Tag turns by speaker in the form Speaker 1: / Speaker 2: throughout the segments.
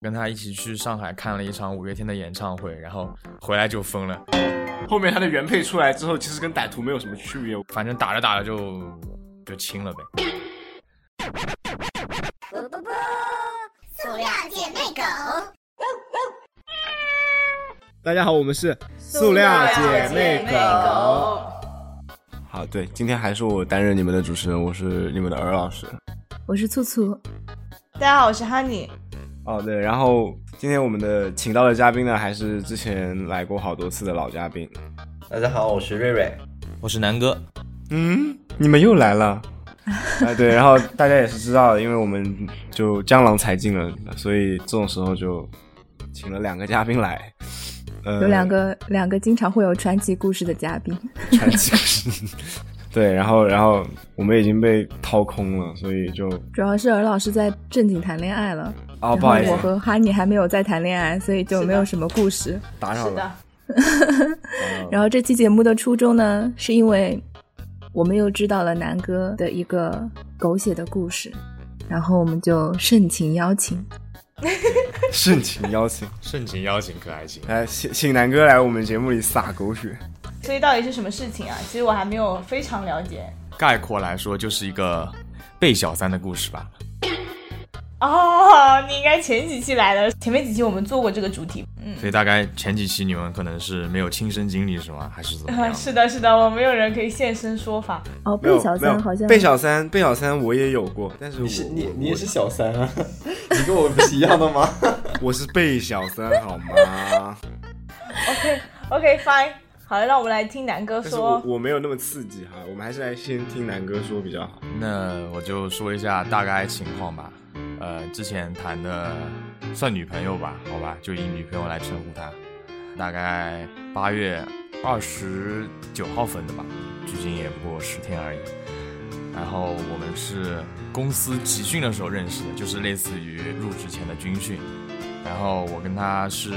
Speaker 1: 跟他一起去上海看了一场五月天的演唱会，然后回来就疯了，
Speaker 2: 后面他的原配出来之后，其实跟歹徒没有什么区别。
Speaker 1: 反正打着打着就就亲了呗。
Speaker 3: 不不不，塑料姐妹狗，
Speaker 4: 大家好，我们是
Speaker 5: 塑料姐妹
Speaker 4: 狗。
Speaker 5: 狗，
Speaker 2: 好，对，今天还是我担任你们的主持人，我是你们的尔老师。
Speaker 6: 我是醋醋，
Speaker 5: 大家好，我是 Honey。
Speaker 2: 哦，对，然后今天我们的请到的嘉宾呢，还是之前来过好多次的老嘉宾。
Speaker 7: 大家好，我是瑞瑞。
Speaker 1: 我是南哥，
Speaker 2: 嗯，你们又来 了。啊，对，然后大家也是知道的，因为我们就江郎才尽了，所以这种时候就请了两个嘉宾来。呃，
Speaker 6: 有两个两个经常会有传奇故事的嘉宾，
Speaker 2: 传奇故事。 对，然后然后我们已经被掏空了，所以就
Speaker 6: 主要是尔老师在正经谈恋爱了，
Speaker 2: 哦，不好
Speaker 6: 然
Speaker 2: 意
Speaker 6: 后我
Speaker 2: 思，
Speaker 6: 和哈尼还没有在谈恋爱，所以就没有什么故事。
Speaker 2: 打扰
Speaker 5: 是
Speaker 2: 了
Speaker 5: 的。，
Speaker 2: 哦
Speaker 6: 然后这期节目的初衷呢，是因为我们又知道了南哥的一个狗血的故事，然后我们就盛情邀请。
Speaker 2: 盛情邀请，
Speaker 1: 盛情邀请可爱情。
Speaker 2: 来请请南哥来我们节目里撒狗血。
Speaker 5: 所以到底是什么事情啊？其实我还没有非常了解。
Speaker 1: 概括来说，就是一个被小三的故事吧。
Speaker 5: 哦，你应该前几期来的，前面几期我们做过这个主题。嗯，
Speaker 1: 所以大概前几期你们可能是没有亲身经历是吗？还是怎么样？
Speaker 5: 是的，是的，我没有人可以现身说法。
Speaker 6: 哦，
Speaker 2: 没
Speaker 6: 贝
Speaker 2: 有
Speaker 6: 小
Speaker 2: 没有
Speaker 6: 三好像
Speaker 2: 贝小三，贝小三我也有过，但是我
Speaker 7: 你是你
Speaker 2: 我
Speaker 7: 你也是小三啊？你跟我不是一样的吗？
Speaker 2: 我是贝小三好吗？
Speaker 5: OK，fine、好了，让我们来听南哥
Speaker 2: 但是我
Speaker 5: 说。
Speaker 2: 我没有那么刺激哈，我们还是来先听南哥说比较好。
Speaker 1: 那我就说一下大概情况吧。呃，之前谈的算女朋友吧，好吧，就以女朋友来称呼她。大概八月二十九号分的吧，距今也不过十天而已。然后我们是公司集训的时候认识的，就是类似于入职前的军训。然后我跟她是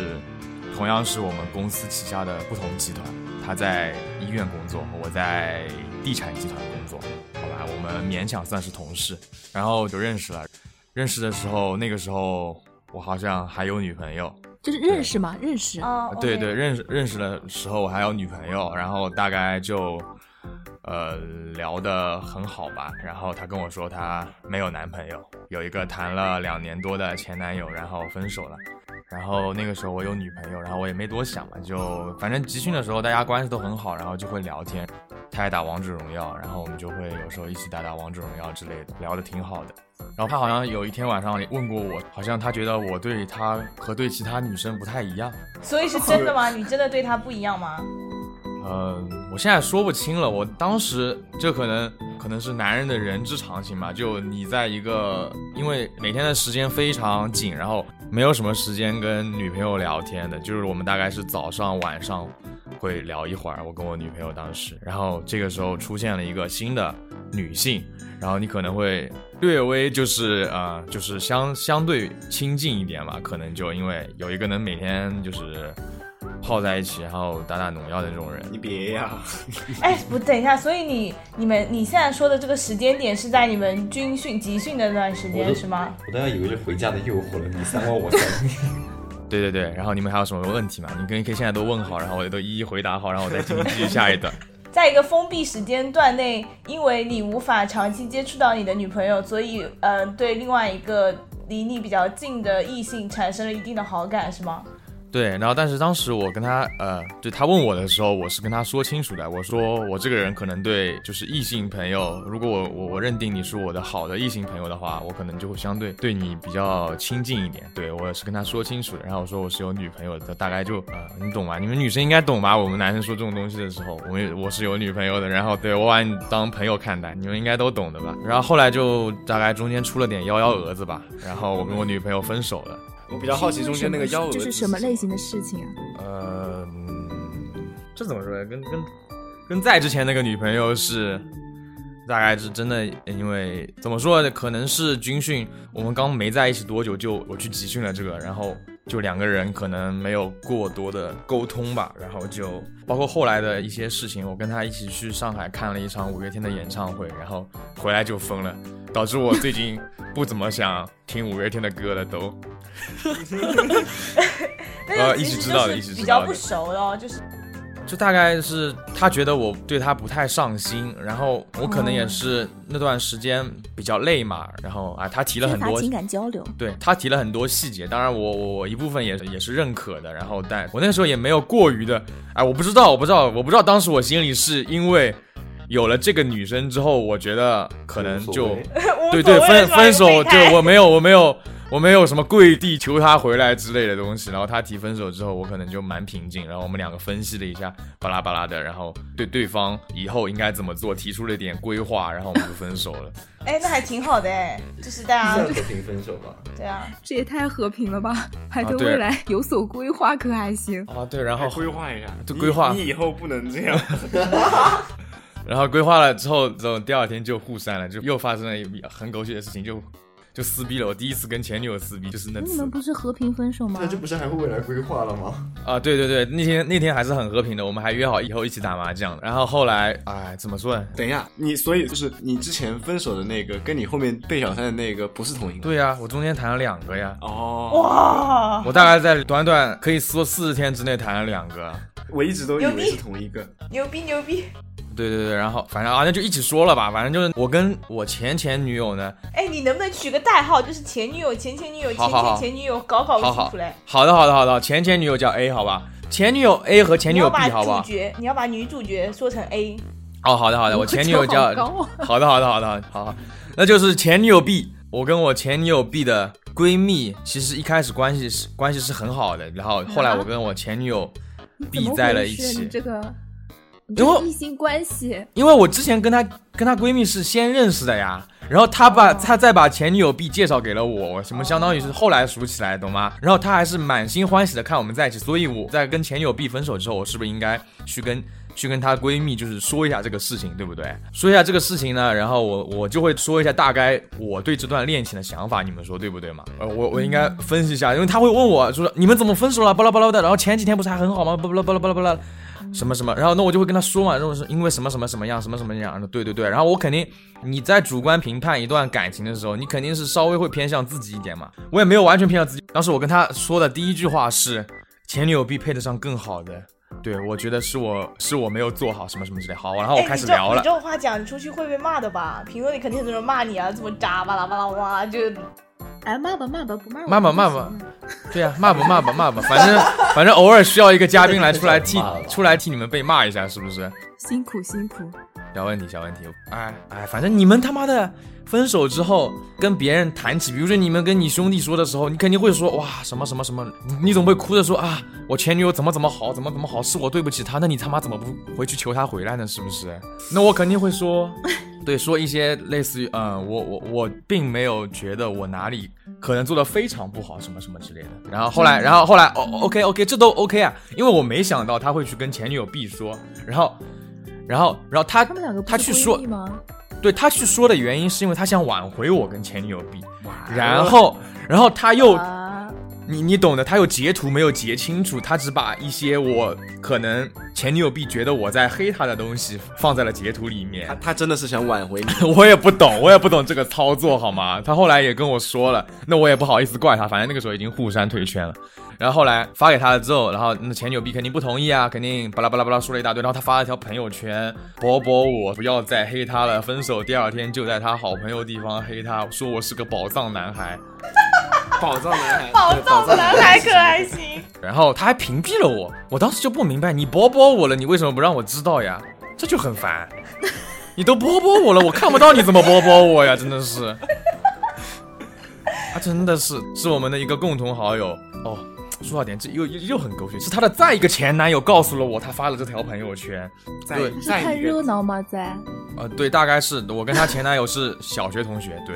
Speaker 1: 同样是我们公司旗下的不同集团，她在医院工作，我在地产集团工作。好吧，我们勉强算是同事，然后就认识了。认识的时候，那个时候我好像还有女朋友，
Speaker 6: 就是认识嘛，认识。
Speaker 5: 哦，OK
Speaker 1: 对对，，认识认识的时候我还有女朋友，然后大概就呃聊得很好吧。然后她跟我说她没有男朋友，有一个谈了两年多的前男友，然后分手了。然后那个时候我有女朋友，然后我也没多想嘛，就反正集训的时候大家关系都很好，然后就会聊天。他也打王者荣耀，然后我们就会有时候一起打打王者荣耀之类的，聊得挺好的。然后他好像有一天晚上问过我，好像他觉得我对他和对其他女生不太一样，
Speaker 5: 所以是真的吗？你真的对他不一样吗？
Speaker 1: 嗯，我现在说不清了。我当时这可能可能是男人的人之常情吧，就你在一个因为每天的时间非常紧，然后没有什么时间跟女朋友聊天的，就是我们大概是早上晚上会聊一会儿。我跟我女朋友当时，然后这个时候出现了一个新的女性，然后你可能会略微就是呃，就是相相对亲近一点吧，可能就因为有一个能每天就是。泡在一起，然后打打农药的这种人，
Speaker 2: 你别呀、
Speaker 5: 哎，不，等一下，所以你、你们、你现在说的这个时间点是在你们军训集训的那段时
Speaker 7: 我
Speaker 5: 间
Speaker 7: 都
Speaker 5: 是吗？
Speaker 7: 我都要以为是回家的诱惑了，你三问我三。
Speaker 1: 对对对，然后你们还有什么问题吗？你可以可以现在都问好，然后我都一一回答好，然后我再进继续下一段。
Speaker 5: 在一个封闭时间段内，因为你无法长期接触到你的女朋友，所以呃，对另外一个离你比较近的异性产生了一定的好感，是吗？
Speaker 1: 对，然后但是当时我跟他，呃，就他问我的时候，我是跟他说清楚的，我说我这个人可能对就是异性朋友，如果我我我认定你是我的好的异性朋友的话，我可能就会相对对你比较亲近一点。对我是跟他说清楚的，然后我说我是有女朋友的，大概就呃，你懂吧？你们女生应该懂吧？我们男生说这种东西的时候，我也我是有女朋友的，然后对我把你当朋友看待，你们应该都懂的吧？然后后来就大概中间出了点幺幺蛾子吧，然后我跟我女朋友分手了。
Speaker 2: 我比较好奇中间那个幺蛾子
Speaker 6: 这是什么类型的事情啊？
Speaker 1: 呃，这怎么说呀？跟跟跟在之前那个女朋友是，大概是真的，因为怎么说，呢？可能是军训，我们刚没在一起多久就我去集训了这个，然后就两个人可能没有过多的沟通吧，然后就包括后来的一些事情，我跟他一起去上海看了一场五月天的演唱会，然后回来就疯了，导致我最近不怎么想听五月天的歌了都。
Speaker 5: 那
Speaker 1: 呃
Speaker 5: 就
Speaker 1: 一
Speaker 5: 其实
Speaker 1: 起知道
Speaker 5: 就
Speaker 1: 的一
Speaker 5: 是
Speaker 1: 起
Speaker 5: 比
Speaker 1: 知
Speaker 5: 较
Speaker 1: 道的
Speaker 5: 不熟咯，就是
Speaker 1: 就大概是他觉得我对他不太上心，然后我可能也是那段时间比较累嘛，然后啊，他提了
Speaker 8: 缺
Speaker 1: 很
Speaker 8: 乏
Speaker 1: 多
Speaker 8: 情感交 流。
Speaker 1: 对他提了很多细节，当然我我我一部分也是也是认可的，然后但我那时候也没有过于的，哎，我不知道，我不知道，我不知道，当时我心里是因为有了这个女生之后，我觉得可能
Speaker 7: 无
Speaker 1: 就
Speaker 7: 所谓
Speaker 5: 无所
Speaker 1: 对对
Speaker 5: 谓
Speaker 1: 分
Speaker 5: 是吧
Speaker 1: 分
Speaker 5: 有备
Speaker 1: 手，
Speaker 5: 胎
Speaker 1: 就我没有我没有我没有什么跪地求她回来之类的东西，然后她提分手之后，我可能就蛮平静，然后我们两个分析了一下，巴拉巴拉的，然后对对方以后应该怎么做提出了点规划，然后我们就分 手了。
Speaker 5: 哎，那还挺好的哎，就是大家
Speaker 7: 算和平分手吧。
Speaker 5: 对啊，
Speaker 6: 这也太和平了吧，
Speaker 2: 啊
Speaker 6: 还对
Speaker 1: 对
Speaker 6: 未来有所规划，可还行。
Speaker 1: 啊，对，然后
Speaker 5: 哎
Speaker 2: 好规划一下，
Speaker 1: 就
Speaker 2: 你
Speaker 1: 规划
Speaker 2: 你以后不能这样。
Speaker 1: 然后规划了之后，之后第二天就互删了，就又发生了一很狗血的事情，就就撕逼了。我第一次跟前女友撕逼就是那
Speaker 8: 你
Speaker 1: 次
Speaker 5: 嗯
Speaker 8: 们不是和平分手吗
Speaker 7: 那？这不是还会未来规划了吗？
Speaker 1: 啊，对对对，那天那天还是很和平的，我们还约好以后一起打麻将。然后后来，哎，怎么说呢？
Speaker 2: 等一下，你所以就是你之前分手的那个，跟你后面被小三的那个不是同一个。
Speaker 1: 对呀、我中间谈了两个呀，
Speaker 2: 哦，
Speaker 5: 哇，
Speaker 1: 我大概在短短可以说四十天之内谈了两个。
Speaker 2: 我一直都以为是同一个。
Speaker 5: 牛逼牛逼！
Speaker 1: 对对对，然后反正啊，那就一起说了吧，反正就是我跟我前前女友呢，
Speaker 5: 哎，你能不能取个代号，就是前女友、前前女友、前
Speaker 1: 好好
Speaker 5: 前
Speaker 1: 好
Speaker 5: 前女友，搞搞不
Speaker 1: 好
Speaker 5: 清
Speaker 1: 好
Speaker 5: 楚嘞。
Speaker 1: 好的好的好的，前前女友叫 A 好吧，前女友 A 和前
Speaker 5: 你
Speaker 1: 女友
Speaker 5: 要把
Speaker 1: B 好吧
Speaker 5: 主，角，你要把女主角说成 A，
Speaker 1: 哦，好的好的，我前女友叫
Speaker 6: 我 脚好高啊
Speaker 1: 好的好的好的好的好，那就是前女友 B。我跟我前女友 B 的闺蜜，其实一开始关系是关系是很好的，然后后来我跟我前女友 B 在了一
Speaker 6: 啊怎么回事
Speaker 1: 起
Speaker 6: 你，这个，
Speaker 1: 然
Speaker 6: 你
Speaker 1: 后
Speaker 6: 这个异性关系，
Speaker 1: 因为我之前跟她跟她闺蜜是先认识的呀，然后她把她再把前女友 B 介绍给了我，我什么相当于是后来熟起来，懂吗？然后她还是满心欢喜的看我们在一起，所以我在跟前女友 B 分手之后，我是不是应该去跟去跟她闺蜜就是说一下这个事情，对不对？说一下这个事情呢，然后我我就会说一下大概我对这段恋情的想法，你们说对不对嘛？呃，我我应该分析一下，因为她会问我说你们怎么分手了，巴拉巴拉的，然后前几天不是还很好吗？巴拉巴拉巴拉巴拉。什么什么，然后那我就会跟他说嘛，然后是因为什么什么什么样，什么什么样，对对对，然后我肯定你在主观评判一段感情的时候，你肯定是稍微会偏向自己一点嘛，我也没有完全偏向自己。当时我跟他说的第一句话是，前女友必配得上更好的，对我觉得是我是我没有做好什么什么之类，好，然后我
Speaker 5: 哎，
Speaker 1: 哦开始
Speaker 5: 你这
Speaker 1: 聊了
Speaker 5: 你这，种话讲出去会被骂的吧？评论里肯定很多人骂你啊，这么渣巴拉巴拉哇，就
Speaker 8: 哎，骂吧骂吧，不骂我
Speaker 1: 骂吧
Speaker 8: 就
Speaker 1: 骂
Speaker 8: 行
Speaker 1: 吧
Speaker 5: 嗯
Speaker 8: 了
Speaker 1: 对呀、骂吧骂吧骂吧，反正反正偶尔需要一个嘉宾来出 来替
Speaker 7: 骂了吧
Speaker 1: 出来替你们被骂一下，是不是？
Speaker 6: 辛苦辛苦。
Speaker 1: 小问题，小问题，哎哎，反正你们他妈的分手之后跟别人谈起，比如说你们跟你兄弟说的时候，你肯定会说哇什么什么什么，你你总会哭着说啊，我前女友怎么怎么好，怎么怎么好，是我对不起她，那你他妈怎么不回去求她回来呢？是不 是？那我肯定会说，对，说一些类似于嗯，我我我并没有觉得我哪里可能做的非常不好，什么什么之类的。然后后来，
Speaker 6: 嗯
Speaker 1: 然后后来，哦，OK OK，这都 OK 啊，因为我没想到他会去跟前女友 B 说，然后。然后，然后他
Speaker 6: 他们两个不
Speaker 1: 他
Speaker 6: 是
Speaker 1: 去
Speaker 6: 闺
Speaker 1: 说
Speaker 6: 蜜，吗？
Speaker 1: 对他去说的原因是因为他想挽回我跟前女友 B，然后，然后他又，
Speaker 6: 啊，
Speaker 1: 你你懂的，他又截图没有截清楚，他只把一些我可能前女友 B 觉得我在黑他的东西放在了截图里面
Speaker 2: 他。他真的是想挽回你，
Speaker 1: 我也不懂，我也不懂这个操作好吗？他后来也跟我说了，那我也不好意思怪他，反正那个时候已经互删退圈了。然后后来发给他了之后，然后那前女友 B 肯定不同意啊，肯定巴拉巴拉巴拉说了一大堆。然后他发了条朋友圈，博博我不要再黑他了，分手第二天就在他好朋友地方黑他，说我是个宝藏男孩。
Speaker 2: 宝藏男孩，
Speaker 5: 暴
Speaker 2: 对
Speaker 5: 躁的男孩可还行？
Speaker 1: 然后他还屏蔽了我，我当时就不明白，你波波我了，你为什么不让我知道呀？这就很烦。你都波波我了，我看不到你怎么波波我呀？真的是，啊，真的是是我们的一个共同好友哦。说到点，这又又又很狗血，是她的再一个前男友告诉了我，他发了这条朋友圈。
Speaker 2: 再
Speaker 1: 对
Speaker 6: 是
Speaker 2: 再
Speaker 6: 看
Speaker 2: 一个
Speaker 6: 热闹吗？在
Speaker 1: 呃，对，大概是我跟她前男友是小学同学，对。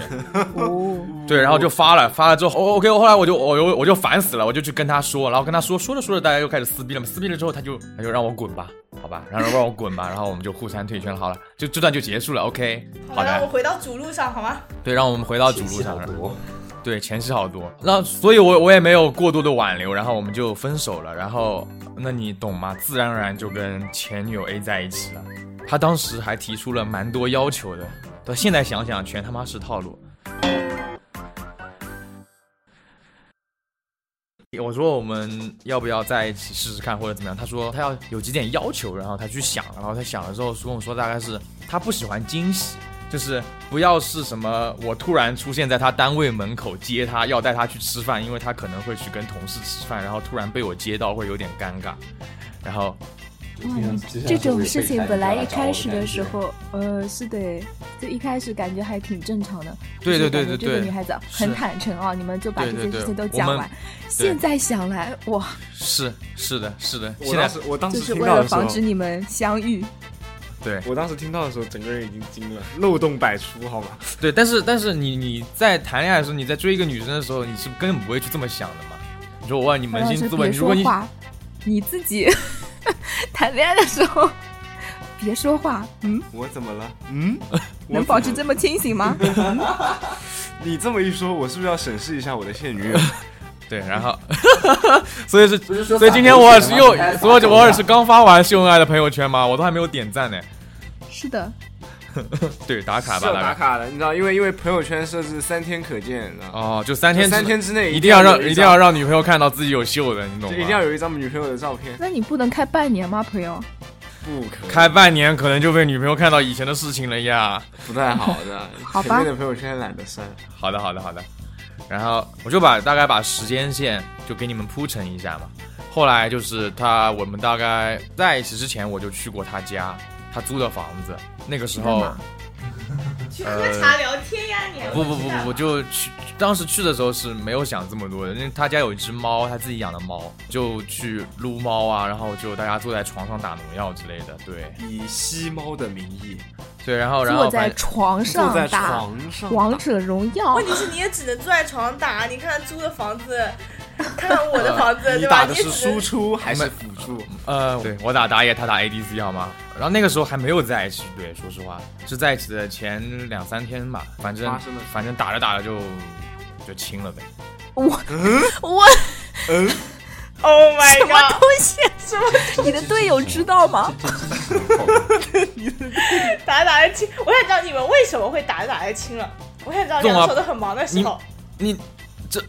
Speaker 6: 哦，
Speaker 1: 对，然后就发了，发了之后，哦，OK，我后来我就我就我就烦死了，我就去跟他说，然后跟他说，说着说着，大家又开始撕逼了嘛，撕逼了之后，他就他就让我滚吧，好吧，然后让我滚吧，然后我们就互删退圈了，好了，就这段就结束了，OK，好
Speaker 5: 了，我
Speaker 1: 的，
Speaker 5: 回到主路上好吗？
Speaker 1: 对，让我们回到主
Speaker 7: 信
Speaker 1: 路
Speaker 7: 息
Speaker 1: 上
Speaker 7: 好，多，
Speaker 1: 对，前妻好多。那所以我，我也没有过多的挽留，然后我们就分手了。然后，那你懂吗？自然而然就跟前女友 A 在一起了。他当时还提出了蛮多要求的，到现在想想，全他妈是套路。我说我们要不要在一起试试看，或者怎么样？他说他要有几点要求，然后他去想，然后他想了之后跟我说，大概是他不喜欢惊喜，就是不要是什么我突然出现在他单位门口接他，要带他去吃饭，因为他可能会去跟同事吃饭，然后突然被我接到会有点尴尬。然后
Speaker 6: 这种事情本来一开始的时，候，呃，是的，就一开始感觉还挺正常的。
Speaker 1: 对
Speaker 6: 就是
Speaker 1: 对
Speaker 6: 感
Speaker 1: 对对
Speaker 6: 觉这个
Speaker 1: 对
Speaker 6: 女孩子
Speaker 1: 是
Speaker 6: 很坦诚啊，你们就把
Speaker 1: 对
Speaker 6: 这
Speaker 1: 对
Speaker 6: 件事情
Speaker 1: 对
Speaker 6: 都
Speaker 1: 我
Speaker 6: 讲
Speaker 1: 们
Speaker 6: 完。现在想来，哇，
Speaker 1: 是是的是的，
Speaker 2: 我
Speaker 1: 现在
Speaker 2: 当时我当
Speaker 6: 就
Speaker 2: 时
Speaker 6: 是
Speaker 2: 听
Speaker 6: 为
Speaker 2: 到
Speaker 6: 了
Speaker 2: 的时候
Speaker 6: 防止，你们相遇，
Speaker 1: 对
Speaker 2: 我当时听到的时候，整个人已经惊了，漏洞百出，好吧？
Speaker 1: 对，但是但是你你在谈恋爱的时候，你在追一个女生的时候，你是根本不会去这么想的嘛？你说我让你扪
Speaker 6: 老
Speaker 1: 心
Speaker 6: 师
Speaker 1: 自
Speaker 6: 别
Speaker 1: 问，如果
Speaker 6: 说
Speaker 1: 你
Speaker 6: 话，你自己 谈恋爱的时候 别说话，嗯，
Speaker 2: 我怎么了？嗯，
Speaker 6: 能保持这么清醒 吗？
Speaker 2: 你这么一说，我是不是要审视一下我的现女友？
Speaker 1: 对，然后， 所以是，
Speaker 7: 不是说
Speaker 1: 所以
Speaker 7: 撒
Speaker 1: 今天
Speaker 7: 狗
Speaker 1: 我也
Speaker 7: 血
Speaker 1: 是
Speaker 7: 吗
Speaker 1: 又
Speaker 7: 你还，撒
Speaker 1: 所以
Speaker 7: 狗
Speaker 1: 我也
Speaker 7: 血
Speaker 1: 是刚发完秀恩爱的朋友圈嘛，我都还没有点赞呢。
Speaker 6: 是的，
Speaker 1: 对，打卡
Speaker 2: 是
Speaker 1: 吧，
Speaker 2: 要
Speaker 1: 大
Speaker 2: 打
Speaker 1: 概。
Speaker 2: 卡的，你知道，因为因为朋友圈设置三天可见，然后
Speaker 1: 哦，就三天之，
Speaker 2: 三天之内
Speaker 1: 一定要让
Speaker 2: 有
Speaker 1: 一
Speaker 2: 一
Speaker 1: 定要
Speaker 2: 张
Speaker 1: 让女朋友看到自己有秀的，你懂
Speaker 2: 就
Speaker 1: 吗？
Speaker 2: 一定要有一张女朋友的照片，
Speaker 6: 那你不能开半年吗，朋友？
Speaker 2: 不可
Speaker 1: 开半年可能就被女朋友看到以前的事情了呀。
Speaker 2: 不太好的，
Speaker 6: 好吧
Speaker 2: 前面的朋友圈懒得删，
Speaker 1: 好的，好的，好的。然后我就把大概把时间线就给你们铺陈一下嘛。后来就是他，我们大概在一起之前，我就去过他家，他租的房子。那个时
Speaker 6: 干
Speaker 1: 候
Speaker 6: 嘛，
Speaker 5: 去喝茶聊天呀，你啊
Speaker 1: 呃不不不不不，就去当时去的时候是没有想这么多的，因为他家有一只猫，他自己养的猫，就去撸猫啊，然后就大家坐在床上打农药之类的，对
Speaker 2: 以吸猫的名义
Speaker 1: 对，然后然
Speaker 6: 坐
Speaker 1: 后反
Speaker 6: 在
Speaker 1: 正
Speaker 6: 床
Speaker 2: 坐
Speaker 6: 上
Speaker 2: 在
Speaker 6: 打
Speaker 2: 床上
Speaker 6: 王者荣耀
Speaker 5: 问，题是你也只能坐在床上打，你看租的房子， 看看我的房子，
Speaker 2: 你
Speaker 5: 对吧？
Speaker 2: 打
Speaker 5: 你
Speaker 2: 的
Speaker 5: 也
Speaker 2: 是
Speaker 5: 只能
Speaker 2: 输出还是辅助？
Speaker 1: 呃，对我打打野，他打 ADC 好吗？然后那个时候还没有在一起，对，说实话是在一起的前两三天吧，反正
Speaker 2: 发生了
Speaker 1: 反正打着打着就就亲了呗。
Speaker 6: 我
Speaker 5: Oh my
Speaker 6: 什么
Speaker 5: god！
Speaker 6: 东西？啊什么？ 你的队友知道吗？
Speaker 5: 打着打着亲，我想知道你们为什么会打着打着亲了。我想知道
Speaker 1: 这种啊
Speaker 5: 两手都很忙的时候，
Speaker 1: 你这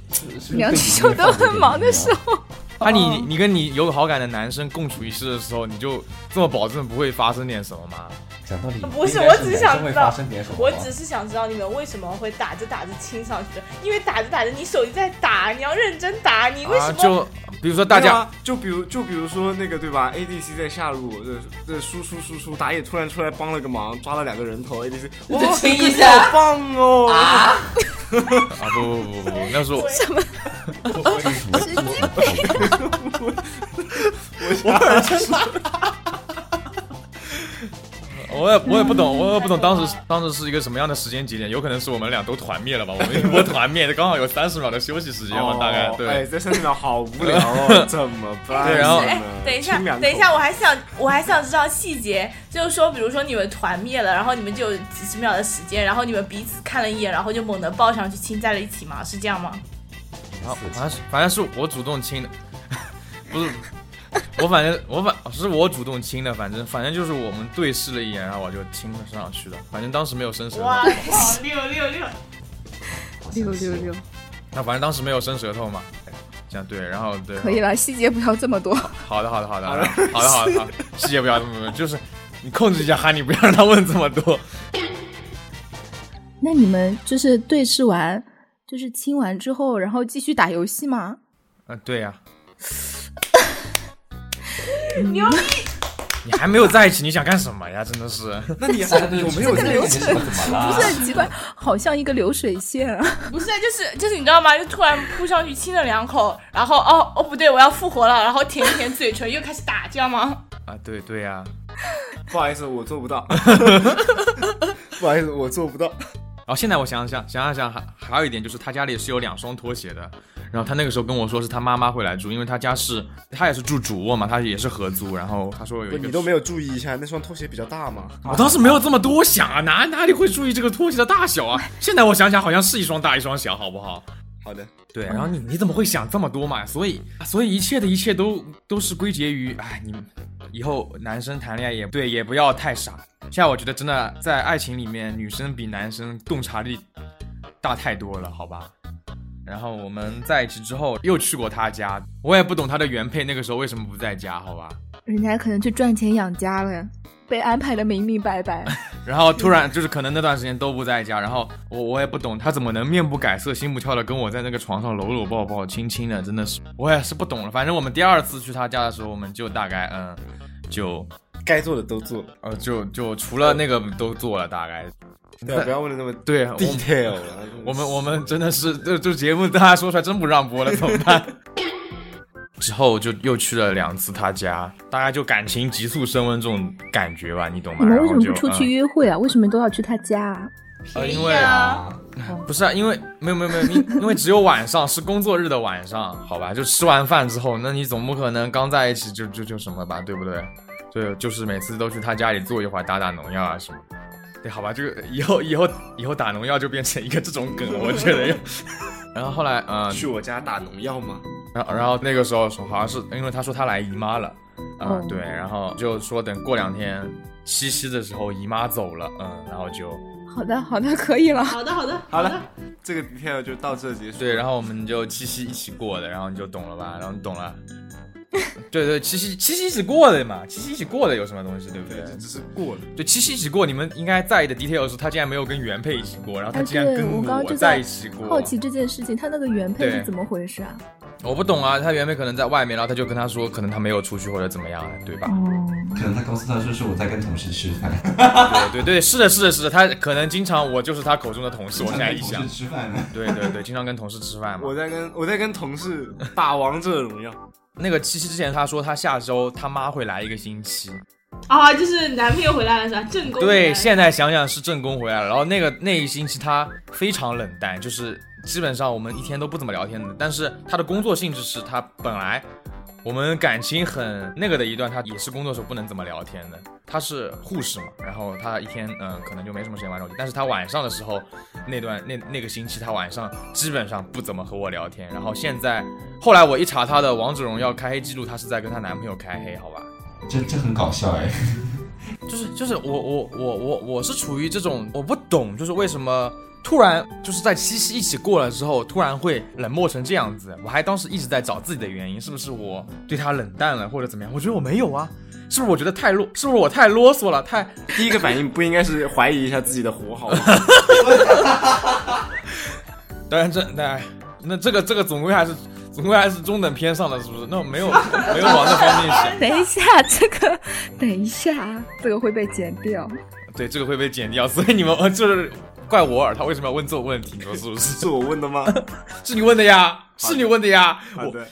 Speaker 6: 两只手都很忙的时候，
Speaker 1: 啊你你跟你有好感的男生共处一室的时候，你就这么保证不会发生点什么吗？
Speaker 9: 讲道理，
Speaker 5: 不是
Speaker 9: 应该
Speaker 5: 我只是
Speaker 9: 男
Speaker 5: 想
Speaker 9: 生会
Speaker 5: 知道
Speaker 9: 发生点什么
Speaker 5: 我
Speaker 9: 吧
Speaker 5: 只是想知道你们为什么会打着打着亲上去的，因为打着打着你手机在打，你要认真打，你为
Speaker 1: 啊
Speaker 5: 什，么？
Speaker 1: 就比如说大
Speaker 2: 没有
Speaker 1: 家
Speaker 2: 啊就比如就比如说那个对吧？ADC 在下路，这这输出输出，打野突然出来帮了个忙，抓了两个人头，ADC 哇，
Speaker 7: 亲一下
Speaker 2: 好棒哦！
Speaker 1: 啊不不不 不不，那是我我也我也不懂，我也不懂当时当时是一个什么样的时间节点，有可能是我们俩都团灭了吧？我们一波团灭，刚好有三十秒的休息时间嘛，大概
Speaker 2: 哦
Speaker 1: 对。
Speaker 2: 哎，这三十秒好无聊哦，怎么办呢？
Speaker 1: 对然后
Speaker 5: 哎，等一下
Speaker 2: 亲，两口
Speaker 5: 等一下，，我还想，我还想知道细节，就是说，比如说你们团灭了，然后你们就有几十秒的时间，然后你们彼此看了一眼，然后就猛地抱上去亲在了一起吗？是这样吗？
Speaker 1: 啊，反正是反正是我主动亲的，不是我反正我反是我主动亲的，反正反正就是我们对视了一眼，然后我就亲了上去了，反正当时没有伸舌头，
Speaker 5: 哇靠，六六六！
Speaker 6: 六六六，
Speaker 1: 那反正当时没有伸舌头嘛，这样对，然后对，
Speaker 6: 可以了，细节不要这么多。
Speaker 1: 好的好的好的好的好的好的好的，细节不要这么多，就是你控制一下哈，你不要让他问这么多。
Speaker 6: 那你们就是对视完，就是亲完之后，然后继续打游戏 吗？
Speaker 1: 嗯，对呀、你还没有在一起，你想干什么呀？真的是，
Speaker 2: 那 你还有没有
Speaker 9: 这
Speaker 2: 在
Speaker 9: 个
Speaker 2: 一
Speaker 9: 流
Speaker 2: 起
Speaker 9: 程？怎么
Speaker 6: 不是
Speaker 9: 啦？
Speaker 6: 很奇怪，好像一个流水线啊！
Speaker 5: 不是，就是就是，你知道吗？就突然扑上去亲了两口，然后哦哦不对，我要复活了，然后舔一舔嘴唇，又开始打，这样吗？
Speaker 1: 啊，对对呀、
Speaker 2: 不好意思，我做 不到。不好意思，我做不到。
Speaker 1: 然后现在我想想想想想，还还有一点就是他家里是有两双拖鞋的。然后他那个时候跟我说是他妈妈会来住，因为他家是他也是住主卧嘛，他也是合租。然后他说有一个，
Speaker 2: 你都没有注意一下，那双拖鞋比较大吗？
Speaker 1: 我当时没有这么多想啊，哪哪里会注意这个拖鞋的大小啊？现在我想想好像是一双大一双小，好不好？
Speaker 2: 好的，
Speaker 1: 对，然后你你怎么会想这么多嘛？所以所以一切的一切都都是归结于，哎，你以后男生谈恋爱也对，也不要太傻。现在我觉得真的在爱情里面，女生比男生洞察力大太多了，好吧？然后我们在一起之后又去过他家，我也不懂他的原配那个时候为什么不在家，好吧？
Speaker 6: 人家可能去赚钱养家了，呀，被安排的明明白白。
Speaker 1: 然后突然就是可能那段时间都不在家，然后我我也不懂他怎么能面不改色心不跳的跟我在那个床上搂搂抱抱亲亲的，真的是我也是不懂了。反正我们第二次去他家的时候，我们就大概嗯，就
Speaker 2: 该做的都做了，
Speaker 1: 呃就就除了那个都做了，大概
Speaker 2: 对啊，不要问的那么
Speaker 1: 对我
Speaker 2: detail 了。
Speaker 1: 我们我们真的是这这节目大家说出来真不让播了，怎么办？ 之后就又去了两次他家，大概就感情急速升温这种感觉吧，你懂吗？
Speaker 6: 你们
Speaker 1: 然
Speaker 6: 为什
Speaker 1: 后
Speaker 6: 么
Speaker 1: 就
Speaker 6: 不出去
Speaker 1: 嗯
Speaker 6: 约会啊？为什么都要去他家啊？
Speaker 1: 呃
Speaker 5: 便
Speaker 1: 因
Speaker 5: 宜
Speaker 1: 为
Speaker 5: 啊，
Speaker 1: 不是啊，因为没有没有没有， 因因为只有晚上是工作日的晚上，好吧，就吃完饭之后，那你总不可能刚在一起就就就什么吧，对不对？就就是每次都去他家里坐一会儿，打打农药啊什么的。对，好吧，这个以后以后以后打农药就变成一个这种梗了，我觉得要。 然后后来，嗯、
Speaker 2: 去我家打农药吗？
Speaker 1: 然后然后那个时候说好像是因为他说他来姨妈了，嗯、
Speaker 6: 哦
Speaker 1: 对，然后就说等过两天七夕的时候姨妈走了，嗯，然后就
Speaker 6: 好的，好的， 可以了。
Speaker 8: 好的，好的，
Speaker 2: 好了，这个 detail 就到这结束。
Speaker 1: 对，然后我们就七夕一起过的，然后你就懂了吧？然后你懂了。对对，七夕七夕一起过的嘛，七夕一起过的有什么东西，对不对
Speaker 2: 对，？这只是过了。
Speaker 1: 对，七夕一起过，你们应该在意的 detail 是他竟然没有跟原配一起过，然后他
Speaker 6: 哎，
Speaker 1: 竟然
Speaker 6: 对，
Speaker 1: 跟
Speaker 6: 我刚刚就
Speaker 1: 在一起过。
Speaker 6: 好奇这件事情，他那个原配
Speaker 1: 对
Speaker 6: 是怎么回事啊？
Speaker 1: 我不懂啊，他原配可能在外面，然后他就跟他说，可能他没有出去或者怎么样，对
Speaker 6: 哦
Speaker 1: 吧？
Speaker 7: 可能他告诉他说是我在跟同事吃饭，
Speaker 1: 对对对，是的，是的，是的，他可能经常我就是他口中的同事，我现在一
Speaker 7: 同
Speaker 1: 想
Speaker 7: 事，吃饭呢。
Speaker 1: 对对对，经常跟同事吃饭嘛
Speaker 2: 我。在跟我在跟同事打王者荣耀，
Speaker 1: 那个七夕之前他说他下周他妈会来一个星期，
Speaker 9: 啊，就是男朋友回来了是吧？正宫回来
Speaker 1: 对，
Speaker 9: 了
Speaker 1: 现在想想是正宫回来了，然后那个那一星期他非常冷淡，就是基本上我们一天都不怎么聊天的。但是他的工作性质是他本来我们感情很那个的一段，他也是工作时候不能怎么聊天的。他是护士嘛，然后他一天嗯、可能就没什么时间玩手机，但是他晚上的时候那段那那个星期他晚上基本上不怎么和我聊天。然后现在后来我一查他的王者荣耀开黑记录，他是在跟她男朋友开黑，好吧？
Speaker 7: 这这很搞笑哎，
Speaker 1: 就是就是我我我我我是处于这种我不懂，就是为什么突然就是在七夕一起过了之后，突然会冷漠成这样子。我还当时一直在找自己的原因，是不是我对他冷淡了或者怎么样？我觉得我没有啊，是不是我觉得太啰，是不是我太啰嗦了，太
Speaker 2: 第一个反应不应该是怀疑一下自己的活好吗？
Speaker 1: 当然这那那这个这个总归还是总归还是中等偏上的，是不是？那我没有没有往那方面想，
Speaker 6: 等一 下，这个，等一下，这个会被剪掉。
Speaker 1: 对这个会被剪掉，所以你们呃就是怪我尔他为什么要问这种问题？你说是不是？
Speaker 2: 是我问的吗？啊
Speaker 1: 是你问的呀，是你问的呀，
Speaker 2: 好
Speaker 1: 我。
Speaker 2: 的，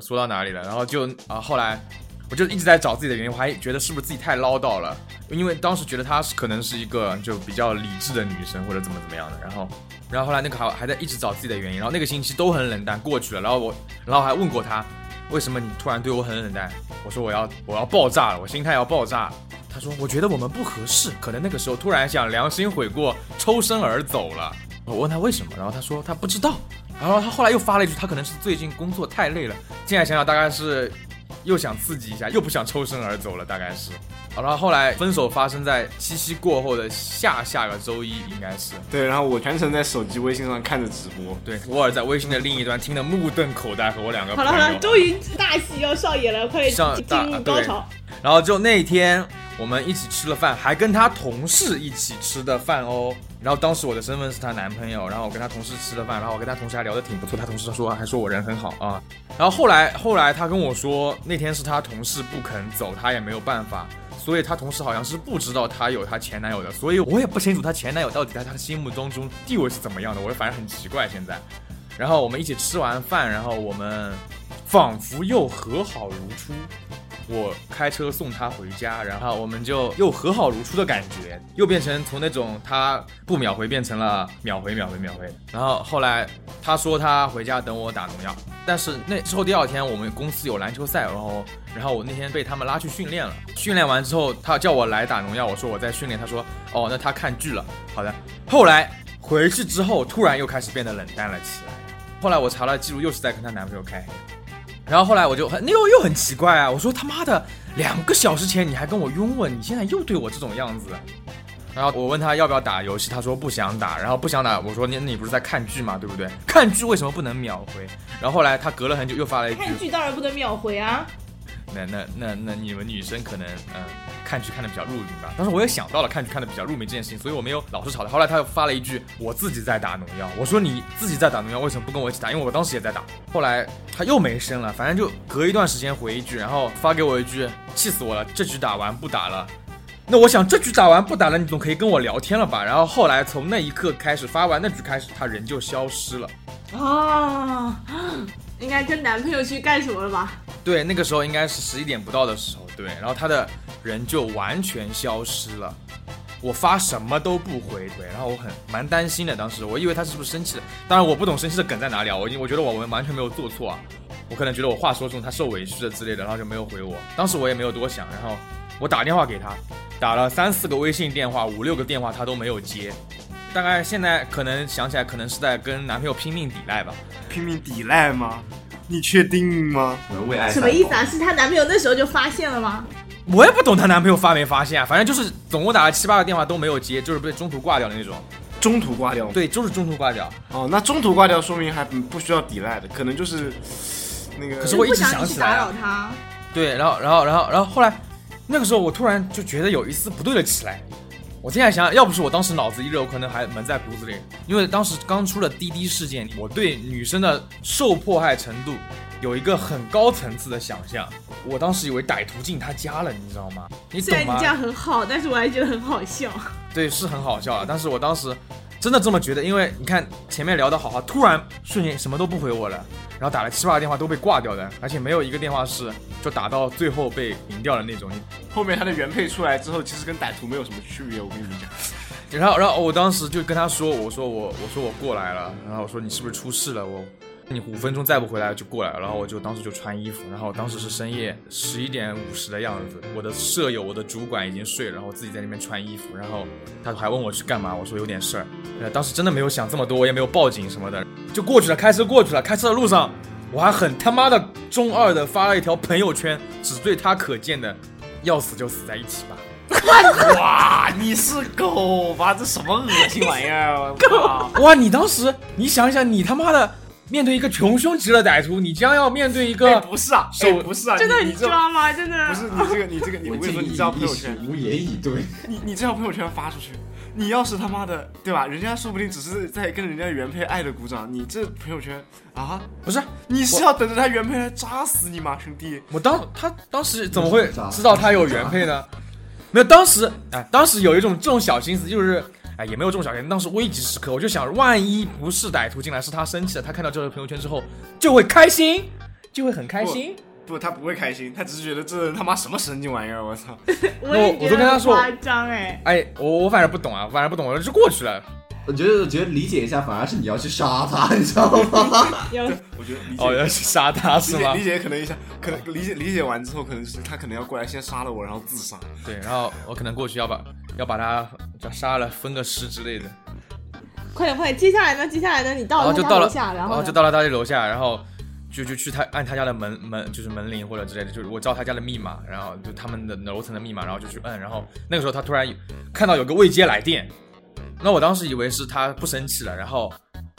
Speaker 1: 说到哪里了？然后就啊、后来我就一直在找自己的原因，我还觉得是不是自己太唠叨了，因为当时觉得她是可能是一个就比较理智的女生或者怎么怎么样的。然后，然后后来那个还还在一直找自己的原因，然后那个星期都很冷淡过去了。然后我，然后还问过她为什么你突然对我很冷淡？我说我要我要爆炸了，我心态要爆炸了。她说我觉得我们不合适，可能那个时候突然想良心悔过，抽身而走了。我问她为什么，然后她说她不知道。然后她后来又发了一句，她可能是最近工作太累了。现在想想大概是又想刺激一下，又不想抽身而走了，大概是。好然后后来分手发生在七夕过后的下下个周一，应该是。
Speaker 2: 对，然后我全程在手机微信上看着直播，
Speaker 1: 对，沃尔在微信的另一端听得目瞪口呆，和我两个
Speaker 9: 好
Speaker 1: 朋
Speaker 9: 了好了，
Speaker 1: 友。
Speaker 9: 终于大戏要上演了，快点
Speaker 1: 上大
Speaker 9: 进入高潮。
Speaker 1: 然后就那天我们一起吃了饭，还跟她同事一起吃的饭哦。然后当时我的身份是她男朋友，然后我跟她同事吃的饭，然后我跟她同事还聊得挺不错，她同事说还说我人很好啊。然后后来后来她跟我说，那天是她同事不肯走，她也没有办法。所以她同事好像是不知道她有她前男友的，所以我也不清楚她前男友到底在她心目当中地位是怎么样的，我反正很奇怪现在。然后我们一起吃完饭，然后我们仿佛又和好如初。我开车送她回家，然后我们就又和好如初的感觉，又变成从那种她不秒回变成了秒回秒回秒回。然后后来她说她回家等我打农药，但是那之后第二天我们公司有篮球赛，然后然后我那天被他们拉去训练了，训练完之后她叫我来打农药，我说我在训练，她说哦那她看剧了，好的。后来回去之后突然又开始变得冷淡了起来。后来我查了记录，又是在跟她男朋友开黑。然后后来我就很那又又很奇怪啊，我说他妈的两个小时前你还跟我拥吻，你现在又对我这种样子。然后我问他要不要打游戏，他说不想打。然后不想打，我说你你不是在看剧吗？对不对？看剧为什么不能秒回？然后后来他隔了很久又发了一句，
Speaker 9: 看剧当然不能秒回啊。
Speaker 1: 那那那那你们女生可能嗯、看剧看的比较入迷吧，但是我也想到了看剧看的比较入迷这件事情，所以我没有老是吵他。后来他又发了一句我自己在打农药，我说你自己在打农药为什么不跟我一起打？因为我当时也在打。后来他又没声了，反正就隔一段时间回一句，然后发给我一句，气死我了，这局打完不打了。那我想这局打完不打了，你总可以跟我聊天了吧？然后后来从那一刻开始发完那局开始，他人就消失了。
Speaker 9: 啊， 应该跟男朋友去干什么了吧？
Speaker 1: 对，那个时候应该是十一点不到的时候，对，然后他的人就完全消失了。我发什么都不回，对，然后我很蛮担心的，当时我以为他是不是生气了，当然我不懂生气的梗在哪里啊，我已经我觉得我完全没有做错啊，我可能觉得我话说重，他受委屈了之类的，然后就没有回我，当时我也没有多想，然后我打电话给他，打了三四个微信电话，五六个电话他都没有接，大概现在可能想起来，可能是在跟男朋友拼命抵赖吧，
Speaker 2: 拼命抵赖吗？你确定吗？
Speaker 7: 我为爱
Speaker 9: 什么意思啊？是她男朋友那时候就发现了吗？
Speaker 1: 我也不懂她男朋友发没发现啊，反正就是总共打了七八个电话都没有接，就是被中途挂掉的那种。
Speaker 2: 中途挂掉？
Speaker 1: 对，就是中途挂掉。
Speaker 2: 哦，那中途挂掉说明还不需要抵赖的，可能就是那个。
Speaker 1: 可是我一
Speaker 9: 不
Speaker 1: 直
Speaker 9: 想
Speaker 1: 想
Speaker 9: 你去
Speaker 1: 起来
Speaker 9: 打
Speaker 1: 啊
Speaker 9: 扰她。
Speaker 1: 对，然后然后然后然后后来，那个时候我突然就觉得有一丝不对了起来。我现在想想，要不是我当时脑子一热，我可能还蒙在鼓子里。因为当时刚出了滴滴事件，我对女生的受迫害程度有一个很高层次的想象。我当时以为歹徒进他家了，你知道吗？你
Speaker 9: 虽
Speaker 1: 懂
Speaker 9: 然你
Speaker 1: 吗
Speaker 9: 这？样很好，但是我还觉得很好笑。
Speaker 1: 对，是很好笑啊。但是我当时真的这么觉得，因为你看前面聊得好好，突然瞬间什么都不回我了，然后打了七八个电话都被挂掉的，而且没有一个电话是就打到最后被赢掉的那种。你
Speaker 2: 后面他的原配出来之后，其实跟歹徒没有什么区别，我跟你们讲。
Speaker 1: 然后，然后我当时就跟他说，我说我我说我过来了，然后我说你是不是出事了？我你五分钟再不回来就过来了。然后我就当时就穿衣服，然后当时是深夜 十一点五十的样子，我的舍友、我的主管已经睡了，然后我自己在那边穿衣服，然后他还问我去干嘛，我说有点事儿。呃，当时真的没有想这么多，我也没有报警什么的，就过去了，开车过去了，开车的路上。我还很他妈的中二的发了一条朋友圈，只对他可见的，要死就死在一起吧。
Speaker 2: 哇，你是狗吧？这什么恶心玩意 儿啊？哇
Speaker 1: 哇，你当时你想想，你他妈的面对一个穷凶极恶的歹徒，你将要面对一
Speaker 2: 哎，
Speaker 1: 个
Speaker 2: 不是啊，
Speaker 1: 手
Speaker 2: 哎，不是啊，
Speaker 9: 真的
Speaker 2: 你
Speaker 9: 很
Speaker 2: 你这
Speaker 9: 抓吗？真
Speaker 2: 不
Speaker 9: 的。
Speaker 2: 是你这 个，你这个，你我跟你说，你这条朋友圈，
Speaker 7: 无言以对。
Speaker 2: 你你这条朋友圈发出去，你要是他妈的，对吧？人家说不定只是在跟人家原配爱的鼓掌，你这朋友圈啊，
Speaker 1: 不是
Speaker 2: 你是要等着他原配来扎死你吗，兄弟？
Speaker 1: 我当他当时怎么会知道他有原配呢？没有，当时哎，当时有一种这种小心思，就是哎，也没有这种小心思。当时危急时刻，我就想，万一不是歹徒进来，是他生气了，他看到这个朋友圈之后就会开心，就会很开心。
Speaker 2: 不，他不会开心，他只是觉得这人他妈什么神经玩意儿，我操！
Speaker 9: 我
Speaker 1: 我
Speaker 9: 也
Speaker 1: 我
Speaker 9: 觉
Speaker 1: 就跟
Speaker 9: 得
Speaker 1: 他
Speaker 9: 很
Speaker 1: 说
Speaker 9: 夸张哎。
Speaker 1: 哎，我我反正不懂啊，反正不懂，我就过去了。
Speaker 7: 我觉得，我觉得理解一下，反而是你要去杀他，你知道吗？
Speaker 9: 要
Speaker 2: 我觉得理解。
Speaker 1: 哦，要去杀他
Speaker 2: 理
Speaker 1: 是
Speaker 2: 解
Speaker 1: 吗
Speaker 2: 理？解可能一下，可能理解理解完之后，可能是他可能要过来先杀了我，然后自杀。
Speaker 1: 对，然后我可能过去要把要把他要杀了，分个尸之类的。
Speaker 9: 快点快点，接下来呢？接下来呢？你到
Speaker 1: 然后
Speaker 9: 了
Speaker 1: 啊就
Speaker 9: 她
Speaker 1: 到
Speaker 9: 家
Speaker 1: 了
Speaker 9: 楼，下，然后
Speaker 1: 后
Speaker 9: 呢
Speaker 1: 就到了他家楼下，然后就就去他按他家的门门，就是门铃或者之类的，就是我知道他家的密码，然后就他们的楼层的密码，然后就去摁，然后那个时候他突然看到有个未接来电，那我当时以为是他不生气了，然后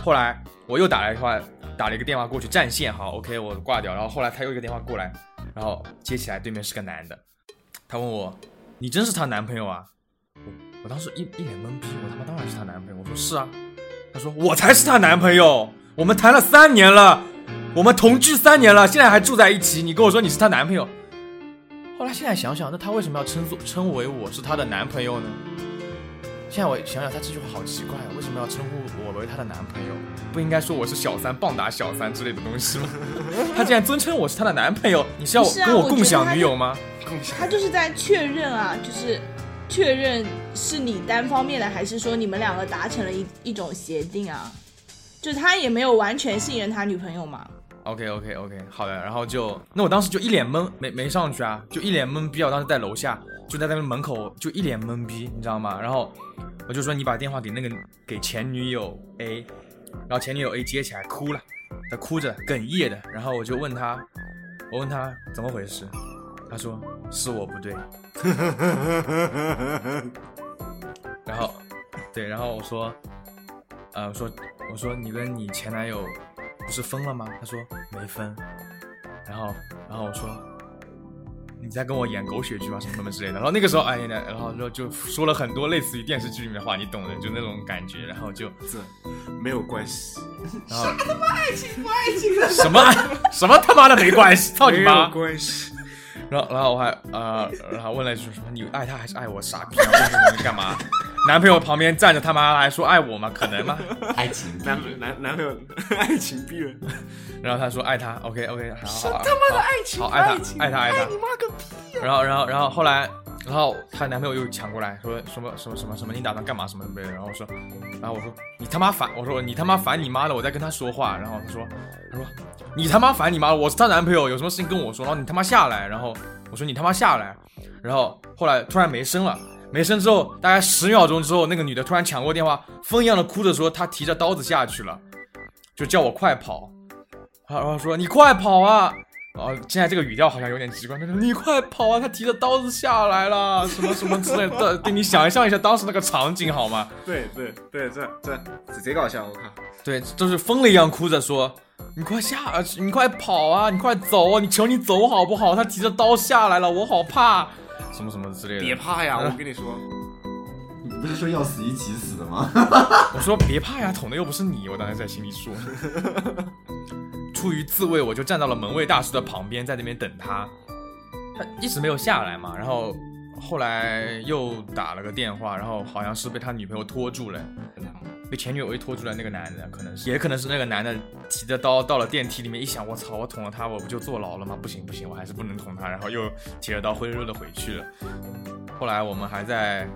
Speaker 1: 后来我又打了一话，打了一个电话过去占线，好，OK，我挂掉，然后后来他又一个电话过来，然后接起来，对面是个男的，他问我，你真是她男朋友啊？我我当时一一脸懵逼，我他妈当然是她男朋友，我说是啊，她说我才是她男朋友，我们谈了三年了，我们同居三年了，现在还住在一起，你跟我说你是她男朋友。后来现在想想，那她为什么要称作称为我是她的男朋友呢？现在我想想，她这句话好奇怪啊，为什么要称呼我为她的男朋友？不应该说我是小三、棒打小三之类的东西吗？ 她竟然尊称我是她的男朋友，你是要
Speaker 5: 不是啊
Speaker 1: 跟
Speaker 5: 我觉
Speaker 1: 共
Speaker 5: 得
Speaker 1: 享
Speaker 5: 她
Speaker 1: 女
Speaker 5: 就
Speaker 1: 友吗？
Speaker 5: 他就是在确认啊，就是确认是你单方面的，还是说你们两个达成了一一种协定啊？就他也没有完全信任他女朋友嘛。
Speaker 1: OK OK OK，好的，然后就那我当时就一脸懵，没没上去啊，就一脸懵逼啊。我当时在楼下，就在那边门口就一脸懵逼，你知道吗？然后我就说你把电话给那个给前女友 A，然后前女友 A 接起来哭了，她哭着哽咽的，然后我就问她，我问她怎么回事，她说是我不对， 然后对，然后我说，呃，我说我说你跟你前男友不是分了吗？她说没分，然后然后我说。你在跟我演狗血剧啊，什么什么之类的。然后那个时候，哎呀，然后就就说了很多类似于电视剧里面的话，你懂的，就那种感觉。然后 就
Speaker 2: 这没有关系，
Speaker 1: 然后什么爱情不爱情的？什么爱什么他妈的没关系？操你妈！
Speaker 2: 关系。
Speaker 1: 然后然后我还呃，然后问了一句什么你爱他还是爱我？傻逼啊！问什么干嘛？男朋友旁边站着他妈还说爱我吗？可能吗？
Speaker 7: 爱情
Speaker 2: 男朋男男朋友爱情逼人，
Speaker 1: 然后他说爱他，OK OK，好好好，他妈的爱情，好爱他，爱他，爱
Speaker 6: 哎
Speaker 1: 他，你妈个屁呀！然后然后然后后来，然后她男朋友又抢过来说什么什么什么什么，你打算干嘛什么什么的，然后我说，然后我说你他妈烦，我说你他妈烦你妈的，我在跟她说话，然后她说，她说你他妈烦你妈的，我是她男朋友，有什么事情跟我说，然后你他妈下来，然后我说你他妈下来，然后后来突然没声了。没声之后，大概十秒钟之后，那个女的突然抢过电话，疯一样的哭着说她提着刀子下去了，就叫我快跑。然后说你快跑啊！哦，现在这个语调好像有点奇怪。他说你快跑啊！他提着刀子下来了，什么什么之类的。对，你想象一下当时那个场景好吗？
Speaker 2: 对对对，这这这贼搞笑，我靠！
Speaker 1: 对，就是疯了一样哭着说：“你快下，去，你快跑啊，你快走啊，你求你走好不好？”他提着刀下来了，我好怕，什么什么之类的。
Speaker 2: 别怕呀，
Speaker 7: 啊
Speaker 2: 我跟你说，
Speaker 7: 你不是说要死一起死的吗？
Speaker 1: 我说别怕呀，捅的又不是你，我当时在心里说。出于自卫，我就站到了门卫大叔的旁边，在那边等他。他一直没有下来嘛，然后后来又打了个电话，然后好像是被他女朋友拖住了，被前女友一拖住了。那个男的可能是，也可能是那个男的提着刀到了电梯里面，一想我操，我捅了他，我不就坐牢了吗？不行不行，我还是不能捅他，然后又提着刀灰溜溜的回去了。后来我们还在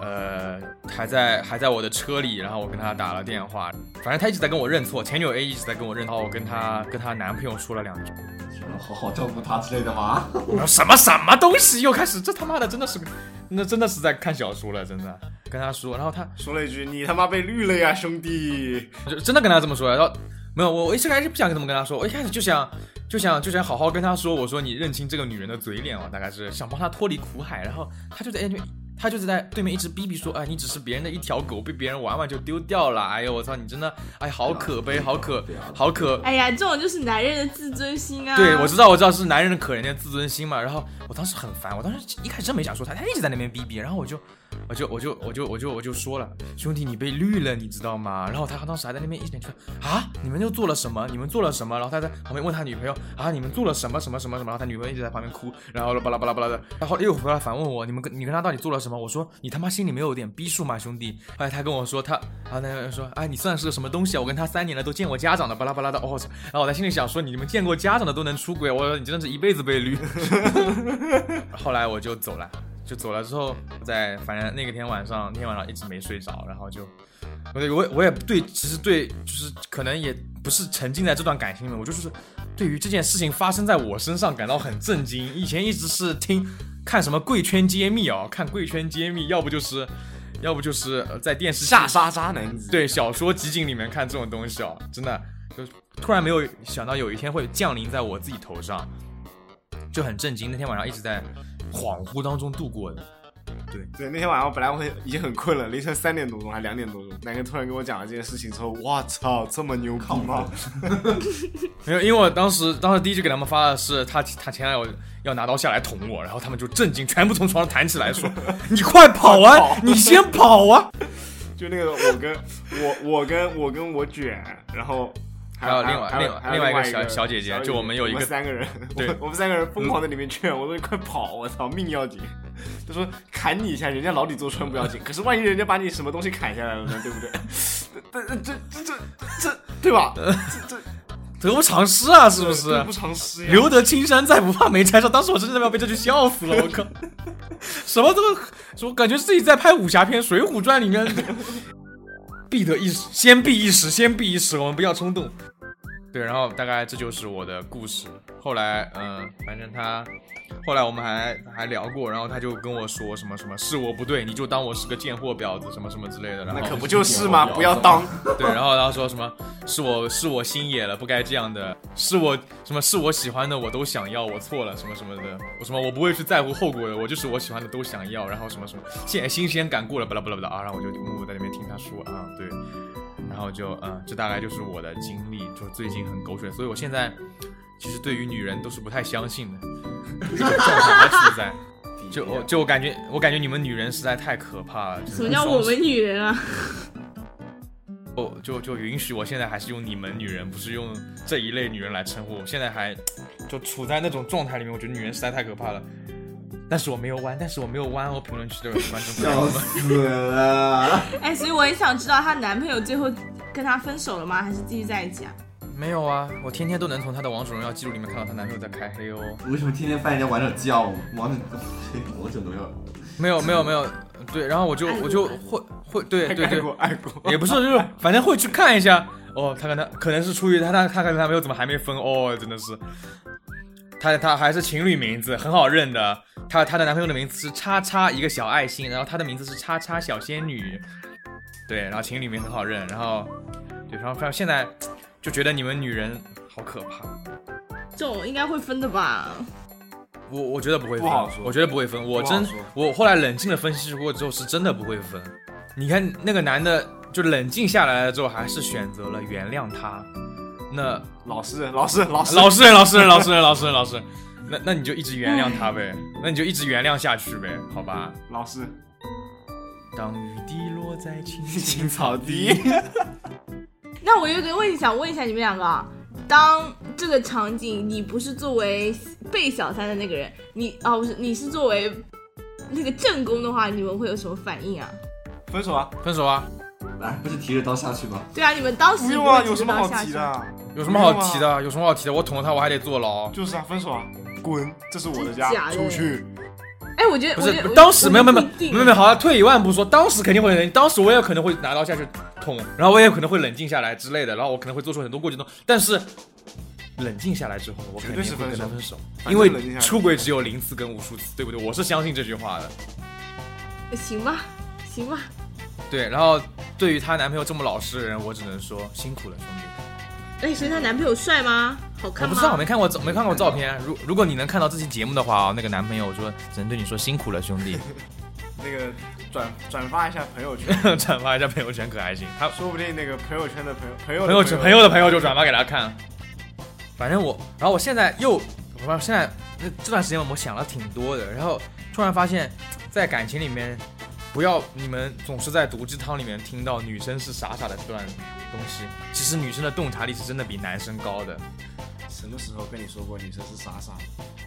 Speaker 1: 呃，还在还在我的车里，然后我跟他打了电话，反正他一直在跟我认错，前女友 A 一直在跟我认错，然后我跟他跟他男朋友说了两句，
Speaker 7: 什么好好照顾他之类的吗？
Speaker 1: 然后什么什么东西又开始，这他妈的真的是，那真的是在看小说了，真的跟他说，然后他
Speaker 2: 说了一句你他妈被绿了呀，兄弟！
Speaker 1: 我就真的跟他这么说，然后没有我我一开始不想这么跟他说，我一开始就想就想就想好好跟他说，我说你认清这个女人的嘴脸哦，大概是想帮她脱离苦海，然后他就在那他就是在对面一直逼逼说，哎，你只是别人的一条狗，被别人玩玩就丢掉了，哎呦我操，你真的哎好可悲，好可好可。
Speaker 9: 哎呀，这种就是男人的自尊心啊！
Speaker 1: 对，我知道，我知道是男人的可怜的自尊心嘛。然后我当时很烦，我当时一开始真没想说他，他一直在那边逼逼，然后我就，我就，我就，我就，我就，我就说了，兄弟，你被绿了，你知道吗？然后他当时还在那边一脸就啊，你们又做了什么？你们做了什么？然后他在旁边问他女朋友啊，你们做了什么什么什么什么？然后他女朋友一直在旁边哭，然后巴拉巴拉巴拉的，然后又回来反问我，你们跟你跟他到底做了什么？我说你他妈心里没有点逼数吗，兄弟？后来他跟我说他，然后那个人说，哎，你算是个什么东西啊？我跟他三年了，都见过家长的，巴拉巴拉的。哦，我操然后我在心里想说，你们见过家长的都能出轨，我说你真的是一辈子被绿。 后来我就走了，就走了之后，在反正那个天晚上，那天晚上一直没睡着，然后就，我也我也我也对，其实对，就是可能也不是沉浸在这段感情里面，我就是对于这件事情发生在我身上感到很震惊。以前一直是听看什么《贵圈揭秘》哦，看《贵圈揭秘》，要不就是，要不就是呃在电视剧
Speaker 2: 下杀渣男子，
Speaker 1: 对小说集锦里面看这种东西哦，真的就突然没有想到有一天会降临在我自己头上，就很震惊。那天晚上一直在恍惚当中度过的。
Speaker 2: 对，那天晚上本来我已经很困了，凌晨三点多钟还两点多钟，南哥突然跟我讲了这件事情之后，我操，这么牛逼吗？
Speaker 1: 没有，因为我当时当时第一句给他们发的是他他前男友要拿刀下来捅我，然后他们就震惊，全部从床上弹起来说：“ 你快跑啊，你先跑啊
Speaker 2: 就那个我跟我我跟我跟我卷，然后还
Speaker 1: 还有另外
Speaker 2: 还有
Speaker 1: 另外
Speaker 2: 还有
Speaker 1: 另外一个
Speaker 2: 一
Speaker 1: 小小姐姐就我们有一个
Speaker 2: 我三个人，
Speaker 1: 对
Speaker 2: 我 们我们三个人疯狂的里面劝，我说你快跑，我操，命要紧。他说砍你一下，人家牢底坐穿不 要紧，可是万一人家把你什么东西砍下来了呢，对不 对？这这这这这这对吧？这这！”
Speaker 1: 得不偿失啊，是不
Speaker 2: 这
Speaker 1: 是
Speaker 2: 得不？偿失呀！
Speaker 1: 留得青山在，不怕没柴烧。当时我真的要被这句笑死了，我 靠！什么这个，我感觉自己在拍武侠片，《水浒传》里面。 必得一时，先避一时，先避一时，我们不要冲动。对，然后大概这就是我的故事。后来，嗯、反正他后来我们还还聊过，然后他就跟我说什么什么是我不对，你就当我是个贱货婊子什么什么之类的。然后
Speaker 2: 那可不就 是嘛，不要当。
Speaker 1: 对，然后然后说什么是我是我心野了，不该这样的，是我什么是我喜欢的我都想要，我错了什么什么的，我什么我不会去在乎后果的，我就是我喜欢的都想要，然后什么什么，现在新鲜感过了，巴拉巴拉巴拉啊，然后我就默默在那边听他说啊，对，然后就嗯，这大概就是我的经历，就最近很狗血，所以我现在其实对于女人都是不太相信的，这种状态还处在。就我就我感觉我感觉你们女人实在太可怕了。真的
Speaker 5: 什么叫我们女人啊？
Speaker 1: 哦，就就允许我现在还是用你们女人，不是用这一类女人来称呼。我现在还就处在那种状态里面，我觉得女人实在太可怕了。但是我没有弯，但是我没有弯哦。评论区的观众朋友
Speaker 10: 笑
Speaker 1: 们，
Speaker 10: 死了！
Speaker 5: 哎，所以我也想知道她男朋友最后跟她分手了吗？还是继续在一起啊？
Speaker 1: 没有啊，我天天都能从她的王者荣耀记录里面看到她男朋友在开黑哦。
Speaker 10: 为什么天天翻人家王者叫王者王者荣耀？
Speaker 1: 没有没有没有，对，然后我就我就会会对对
Speaker 2: 爱
Speaker 1: 对
Speaker 2: 过，爱过。
Speaker 1: 也不是就是反正会去看一下。哦，她跟她可能是出于她她她跟她男朋友怎么还没分哦，真的是。她她还是情侣名字，很好认的。她她的男朋友的名字是叉叉一个小爱心，然后她的名字是叉叉小仙女。对，然后情侣名很好认，然后对，然后反正现在就觉得你们女人好可怕。
Speaker 5: 这种应该会分的吧？
Speaker 1: 我我觉得不会分，
Speaker 2: 不好说
Speaker 1: 我觉得不会分。我
Speaker 2: 不好
Speaker 1: 真
Speaker 2: 说
Speaker 1: 我后来冷静的分析过之后，是真的不会分。你看那个男的，就冷静下来了之后，还是选择了原谅他。那
Speaker 2: 老实人，老实人，老实 人。
Speaker 1: 老实人，老实人，老实人，老实人，老实人，那那你就一直原谅他呗，那你就一直原谅下去呗，好吧？
Speaker 2: 老师，
Speaker 1: 当雨滴落在青
Speaker 2: 青
Speaker 1: 青
Speaker 2: 草
Speaker 1: 草
Speaker 2: 地
Speaker 1: 地，
Speaker 5: 那我有个问题想问一下你们两个啊，当这个场景你不是作为被小三的那个人，你哦不是你是作为那个正宫的话，你们会有什么反应啊？
Speaker 2: 分手啊，
Speaker 1: 分手啊，
Speaker 10: 来，不是提着刀下去吗？
Speaker 5: 对啊，你们当时
Speaker 2: 不用啊，
Speaker 5: 会
Speaker 2: 有什么好提
Speaker 5: 知
Speaker 2: 的
Speaker 5: 道下去？
Speaker 2: 啊？
Speaker 1: 有什么好提的？有什么好提的？我捅了他，我还得坐牢。
Speaker 2: 就是啊，分手啊，滚，这是我的
Speaker 5: 真假
Speaker 2: 家，
Speaker 5: 的
Speaker 2: 出去。
Speaker 5: 哎，我觉得
Speaker 1: 不
Speaker 5: 我
Speaker 1: 是
Speaker 5: 觉得我
Speaker 1: 当时没有没有
Speaker 5: 我觉得
Speaker 1: 没
Speaker 5: 不一
Speaker 1: 有
Speaker 5: 定
Speaker 1: 没有没有，好了，退一万步说，当时肯定会冷，当时我也可能会拿刀下去捅，然后我也可能会冷静下来之类的，然后我可能会做出很多过激动，但是冷静下来之后，我肯
Speaker 2: 绝对
Speaker 1: 定
Speaker 2: 是
Speaker 1: 会跟他
Speaker 2: 分
Speaker 1: 分手，
Speaker 2: 反正
Speaker 1: 因为
Speaker 2: 冷静下来
Speaker 1: 出轨只有零次跟无数次，对不对？我是相信这句话的。
Speaker 5: 行吧，行吧，
Speaker 1: 对，然后对于她男朋友这么老实的人，我只能说辛苦了，兄弟。
Speaker 5: 哎，所以她男朋友帅吗？好
Speaker 1: 我
Speaker 5: 看
Speaker 1: 不
Speaker 5: 吗？
Speaker 1: 知道，没看过照，没看过照片。如如果你能看到这期节目的话啊，那个男朋友我说只能对你说辛苦了，兄 弟。
Speaker 2: 那个转转发一下朋友圈，
Speaker 1: 转发一下朋友圈可还行，他
Speaker 2: 说不定那个朋友圈的朋友朋友的
Speaker 1: 朋友圈朋友的朋友就转发给他看。啊反正我，然后我现在又，我发现现在那这段时间我想了挺多的，然后突然发现，在感情里面，不要你们总是在毒鸡汤里面听到女生是傻傻的这段东西，其实女生的洞察力是真的比男生高的。
Speaker 2: 什么时候跟你说过女生是傻傻的？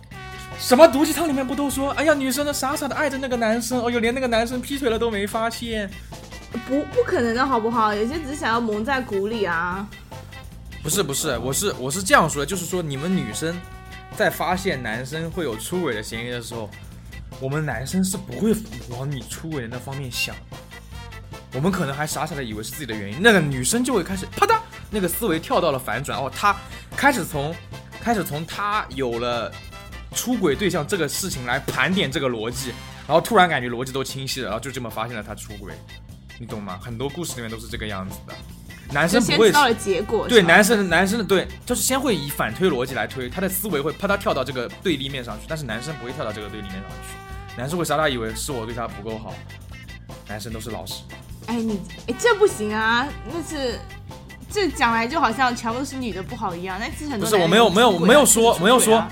Speaker 1: 什么毒鸡汤里面不都说，哎呀，女生呢傻傻的爱着那个男生，哦哟，连那个男生劈腿了都没发现。
Speaker 5: 不不可能的好不好？有些只是想要蒙在鼓里啊。
Speaker 1: 不是不是，我是我是这样说的，就是说你们女生在发现男生会有出轨的嫌疑的时候，我们男生是不会往你出轨的那方面想的，我们可能还傻傻的以为是自己的原因，那个女生就会开始啪嗒，那个思维跳到了反转，哦，她开始从开始从她有了出轨对象这个事情来盘点这个逻辑，然后突然感觉逻辑都清晰了，然后就这么发现了她出轨，你懂吗？很多故事里面都是这个样子的。男
Speaker 5: 就
Speaker 1: 生不
Speaker 5: 先
Speaker 1: 会
Speaker 5: 知道了结果，
Speaker 1: 对
Speaker 5: 是吧
Speaker 1: 男生的男生的对，就是先会以反推逻辑来推，他的思维会啪嗒跳到这个对立面上去，但是男生不会跳到这个对立面上去，男生会傻傻以为是我对他不够好，男生都是老实，
Speaker 5: 哎你哎这不行啊，那是这讲来就好像全部都是女的不好一样，那其实很多
Speaker 1: 不是
Speaker 5: 男
Speaker 1: 我
Speaker 5: 人
Speaker 1: 没有
Speaker 5: 都
Speaker 1: 没有
Speaker 5: 出轨啊
Speaker 1: 没有说
Speaker 5: 就是出轨啊
Speaker 1: 没有说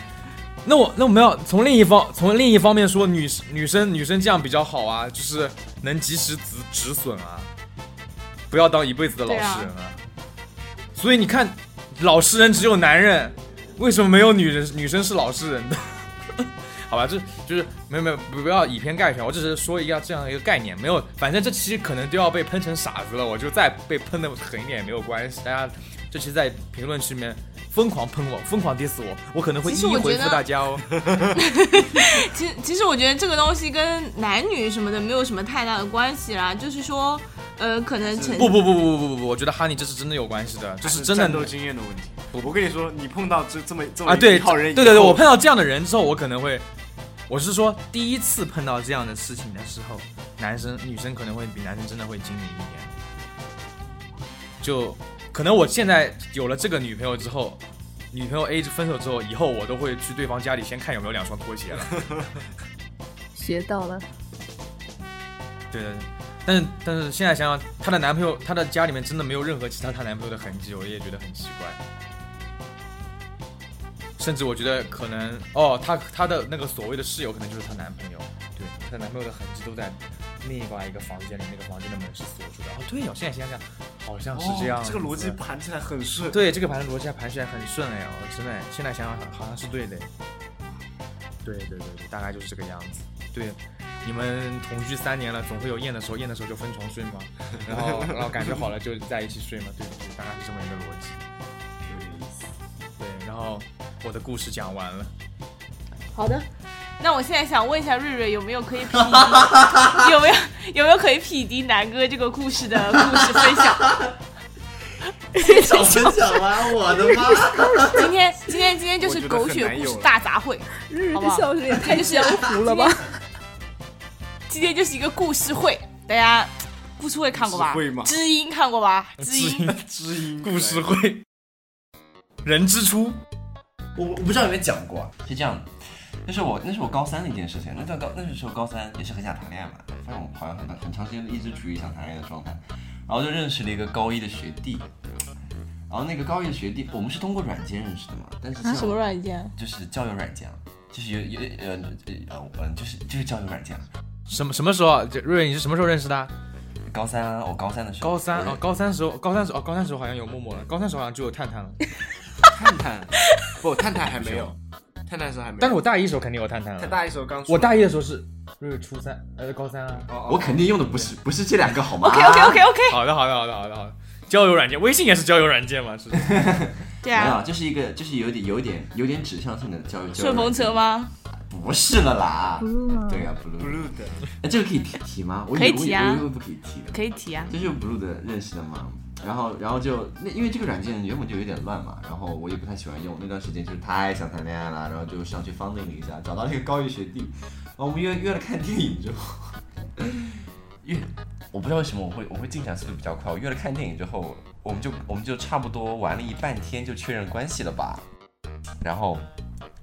Speaker 1: 那我那我们要从另一方从另一方面说，女女生女生这样比较好啊，就是能及时止止损啊，不要当一辈子的老实人啊。所以你看，老实人只有男人，为什么没有女人？女生是老实人的？好吧，这就是没有没有不不要以偏概全，我只是说一下这样一个概念，没有，反正这期可能都要被喷成傻子了，我就再被喷的狠一点也没有关系，大家这期在评论区里面疯狂喷我，疯狂 diss 我，我可能会一
Speaker 5: 其实我
Speaker 1: 一
Speaker 5: 觉
Speaker 1: 回复
Speaker 5: 得
Speaker 1: 大 家哦。
Speaker 5: 其实其实我觉得这个东西跟男女什么的没有什么太大的关系啦，就是说呃可能成
Speaker 1: 不不不不不不不，我觉得哈尼这是真的有关系的，这
Speaker 2: 还
Speaker 1: 是
Speaker 2: 是
Speaker 1: 真的
Speaker 2: 战斗经验的问题。我跟你说，你碰到这这么这么
Speaker 1: 啊！对，
Speaker 2: 一号人
Speaker 1: 对对对，我
Speaker 2: 碰
Speaker 1: 碰到这样的人之后，我可能会我是说第一次碰到这样的事情的时候，男生女生可能会比男生真的会精明一点。就可能我现在有了这个女朋友之后，女朋友 A 分手之后，以后我都会去对方家里先看有没有两双拖鞋了。
Speaker 6: 学到了，
Speaker 1: 对对对，但是但是现在想想，她的男朋友，她的家里面真的没有任何其他她男朋友的痕迹，我也觉得很奇怪。甚至我觉得可能，哦，她她的那个所谓的室友可能就是她男朋友，对，她的男朋友的痕迹都在另外一个房间里，那个房间的门是锁住的。哦，对哦，现在想想，好像是这样、
Speaker 2: 哦这个逻辑盘起来很顺。
Speaker 1: 对，这个盘逻辑盘起来很顺哎，我真的现在想想好像是对的。对对对对，大概就是这个样子。对，你们同居三年了，总会有厌的时候，厌的时候就分床睡嘛，然后然后感觉好了就在一起睡嘛，对对，大概是这么一个逻辑。有点意思。对，然后我的故事讲完了。
Speaker 5: 好的，那我现在想问一下瑞瑞有没有可以 匹敌，有没有有没有可以匹敌南哥这个故事的故事分 享？
Speaker 11: 早分享完，我的妈！
Speaker 5: 今天今天今天就是狗血故事大杂烩，
Speaker 6: 日日
Speaker 5: 好
Speaker 6: 的
Speaker 5: 不好？
Speaker 6: 笑声也太
Speaker 5: 就是
Speaker 6: 江湖了 吧？
Speaker 5: 今天就是一个故事会，大家故事会看过吧？
Speaker 2: 故事会吗
Speaker 5: 知音看过吧？知 音，
Speaker 2: 知音
Speaker 1: 故事会，人之初，
Speaker 10: 我我不知道有没有讲过，啊是这样的，那是我那是我高三的一件事情，那段高那时候高三也是很想谈恋爱嘛，反正我好像很很长时间一直处于想谈恋爱的状态，然后就认识了一个高一的学弟，然后那个高一的学弟，我们是通过软件认识的嘛，但是这样
Speaker 5: 软件？
Speaker 10: 就是交友软件啊，就是有有呃呃呃呃，就是就是交友软件啊，
Speaker 1: 什么什么时候啊？这瑞瑞，你是什么时候认识的啊？
Speaker 10: 高三啊，我高三的时候，
Speaker 1: 高三
Speaker 10: 我
Speaker 1: 哦，高三时候，高三时候哦，高三时候好像有陌陌了，高三时候好像只有探探了，
Speaker 2: 探探， 不，探探还没有， 探探时候还没有。
Speaker 1: 但是我大一时候肯定有探探
Speaker 2: 他
Speaker 1: 了。
Speaker 2: 大一时候刚出，
Speaker 1: 我大一的时候是瑞瑞初三，呃，高三啊。
Speaker 2: 哦，
Speaker 11: 我肯定用的不是不是这两个，好吗
Speaker 5: OK OK OK OK，
Speaker 1: 好的，好的，好的，好的，好的。交友软件，微信也是交友软件嘛？是的。
Speaker 5: 对
Speaker 10: 没
Speaker 5: 啊，
Speaker 10: 有，就是一个就是有点有点有点指向性的交友交友
Speaker 5: 顺风车吗？
Speaker 10: 不是了啦，对呀、b l u e
Speaker 2: blue 的，
Speaker 10: 哎，这个可以提提吗？我
Speaker 5: 可以
Speaker 10: 为
Speaker 5: 提啊
Speaker 10: 我以为不可以提的。
Speaker 5: 可以提啊。
Speaker 10: 这就是 blue 的认识的嘛，然后然后就那因为这个软件原本就有点乱嘛，然后我也不太喜欢用，那段时间就是太想谈恋爱了，然后就上去 funding 了一下，找到了一个高一学弟，然后我们约约了看电影之后， 约我不知道为什么我会我会进展速度比较快，我约了看电影之后，我们就我们就差不多玩了一半天就确认关系了吧，然后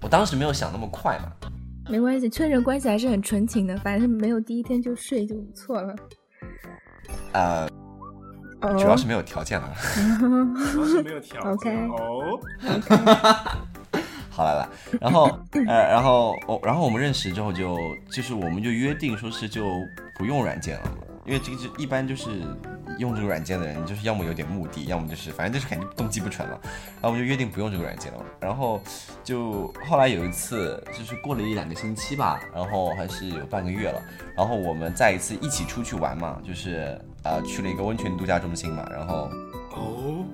Speaker 10: 我当时没有想那么快嘛，
Speaker 6: 没关系，确认关系还是很纯情的，反正没有第一天就睡就不错了。
Speaker 10: 呃，
Speaker 6: 哦
Speaker 10: 主要是没有条件了。
Speaker 2: 主要是没有条件
Speaker 6: OK
Speaker 2: 哦，
Speaker 10: 好来了，然后呃，然后我、然后我们认识之后就就是我们就约定说是就不用软件了嘛，因为这个就一般就是用这个软件的人就是要么有点目的，要么就是反正就是肯定动机不纯了，然后我们就约定不用这个软件了嘛，然后就后来有一次就是过了一两个星期吧，然后还是有半个月了，然后我们再一次一起出去玩嘛，就是呃去了一个温泉度假中心嘛，然后
Speaker 2: 哦，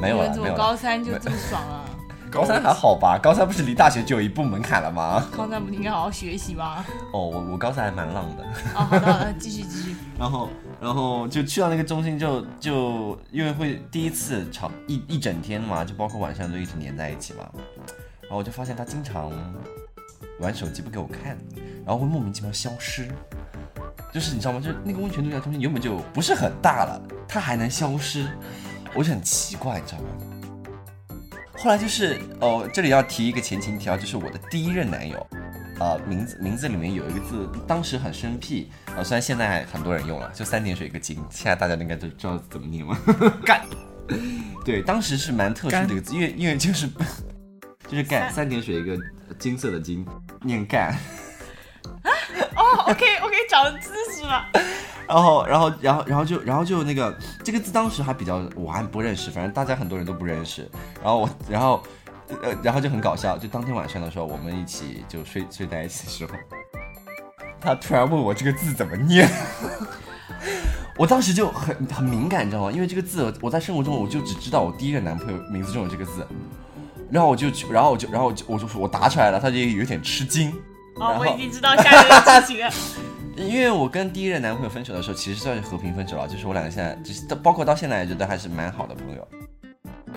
Speaker 10: 没有
Speaker 5: 你
Speaker 10: 了
Speaker 5: 们怎
Speaker 10: 没
Speaker 5: 么
Speaker 10: 有
Speaker 5: 高
Speaker 10: 了，
Speaker 5: 三就这么爽啊？
Speaker 10: 高三还好吧，高三不是离大学就有一步门槛了吗？
Speaker 5: 高三不是应该好好学习吗？
Speaker 10: 哦，我我高三还蛮浪的，
Speaker 5: 哦，好的好的，继续继续。
Speaker 10: 然后然后就去到那个中心就就因为会第一次吵一一整天嘛，就包括晚上就一直黏在一起嘛，然后我就发现他经常玩手机不给我看，然后会莫名其妙消失，就是你知道吗？就是那个温泉度假中心原本就不是很大了，它还能消失，我就很奇怪，你知道吗？后来就是哦，这里要提一个前情提要，就是我的第一任男友，呃，名字名字里面有一个字，当时很生僻，呃，虽然现在很多人用了，就三点水一个金，现在大家应该都知道怎么念吗？
Speaker 1: 干，
Speaker 10: 对，当时是蛮特殊的一个字，因为因为就是 就是干
Speaker 5: 三
Speaker 10: 三点水一个金色的金，念干。
Speaker 5: 哦，OK OK，长知识 了。
Speaker 10: 然后，然后，然后，然后就，然后就那个这个字当时还比较我还不认识，反正大家很多人都不认识。然后我，然后，呃，然后就很搞笑，就当天晚上的时候，我们一起就睡睡在一起的时候，他突然问我这个字怎么念，我当时就很很敏感，你知道吗？因为这个字我在生活中我就只知道我第一任男朋友名字中有这个字，然后我就去，然后我就，然后我就我就我答出来了，他就有点吃惊。
Speaker 5: 哦
Speaker 10: 然，后
Speaker 5: 我已经知道下一个事情 了。
Speaker 10: 因为我跟第一任男朋友分手的时候，其实算是和平分手了，就是我两个现在，就是包括到现在，也觉得还是蛮好的朋友。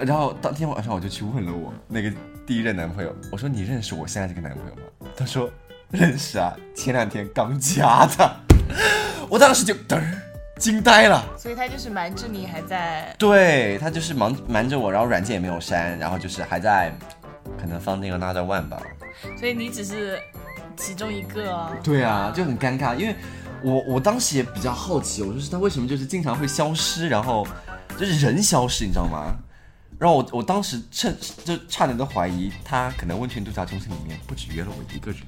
Speaker 10: 然后当天晚上我就去问了我那个第一任男朋友，我说你认识我现在这个男朋友吗？他说认识啊，前两天刚加的， 我当时就嘚儿惊呆了。
Speaker 12: 所以他就是瞒着你还在，
Speaker 10: 对他就是瞒瞒着我，然后软件也没有删，然后就是还在可能放那个 Another One 吧。
Speaker 12: 所以你只是其中一个、哦。
Speaker 10: 对啊，就很尴尬，因为我我当时也比较好奇，我就是他为什么就是经常会消失，然后就是人消失，你知道吗？然后我我当时趁就差点都怀疑他可能温泉度假中心里面不止约了我一个人，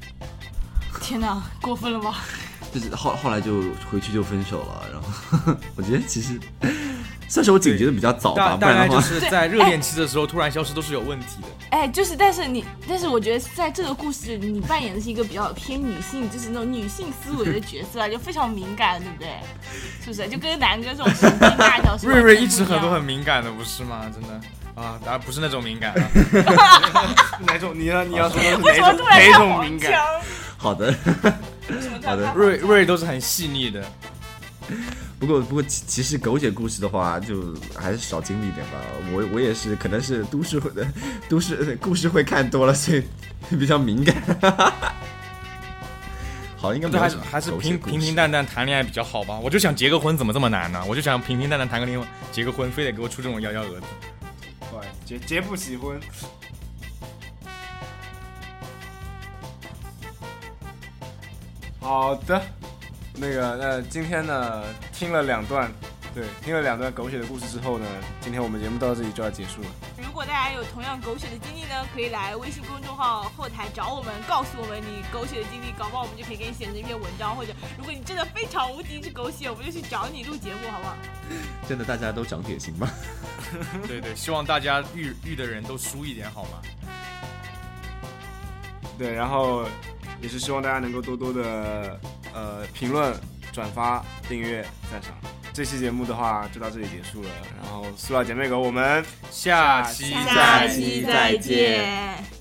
Speaker 12: 天哪，过分了吧？
Speaker 10: 就是后后来就回去就分手了，然后 我觉得其实算是我警觉的比较早吧，
Speaker 1: 大
Speaker 10: 不
Speaker 1: 大概
Speaker 10: 然的
Speaker 1: 就
Speaker 10: 话
Speaker 1: 是在热恋期的时候突然消失都是有问题的。
Speaker 5: 哎，就是，但是你，但是我觉得在这个故事，你扮演的是一个比较偏女性，就是那种女性思维的角色啊，就非常敏感，对不对？是不是？就跟南哥这种神经大条是完 全
Speaker 1: 瑞瑞
Speaker 5: 不
Speaker 1: 一直
Speaker 5: 样
Speaker 1: 很都很敏感的，不是吗？真的啊，当然不是那种敏感、啊。
Speaker 2: 哪种？你要你要说的是
Speaker 1: 为什
Speaker 2: 哪
Speaker 1: 么
Speaker 2: 种
Speaker 1: 突然
Speaker 2: 哪
Speaker 1: 要
Speaker 2: 种
Speaker 1: 黄
Speaker 2: 敏感？
Speaker 1: 腔
Speaker 10: 好的，好的，
Speaker 1: 瑞瑞都是很细腻的。
Speaker 10: 不过不过其其实狗血故事的话，就还是少经历一点吧。我我也是，可能是都市会的 都市故事会看多了，所以 比较敏感。 好，应该没
Speaker 1: 对，
Speaker 10: 有
Speaker 1: 还
Speaker 10: 什
Speaker 1: 是
Speaker 10: 么
Speaker 1: 还是
Speaker 10: 狗血
Speaker 1: 平
Speaker 10: 故事
Speaker 1: 平平淡淡谈恋爱比较好吧。我就想结个婚，怎么这么难呢？我就想平平淡淡谈个恋爱，结个婚，非得给我出这种幺幺蛾子。
Speaker 2: 对，结结不起婚。好的，那个，那今天呢，听了两段，对，听了两段狗血的故事之后呢，今天我们节目到这里就要结束了。
Speaker 5: 如果大家有同样狗血的经历呢，可以来微信公众号后台找我们，告诉我们你狗血的经历，搞不好我们就可以给你写成一篇文章，或者如果你真的非常无敌之狗血，我们就去找你录节目，好不好？
Speaker 10: 真的大家都长点心吧。
Speaker 1: 对对，希望大家遇遇的人都输一点好吗？
Speaker 2: 对，然后也是希望大家能够多多的呃评论、转发、订阅、赞赏。这期节目的话就到这里结束了，然后塑料姐妹狗，我们
Speaker 1: 下期
Speaker 5: 下期再见。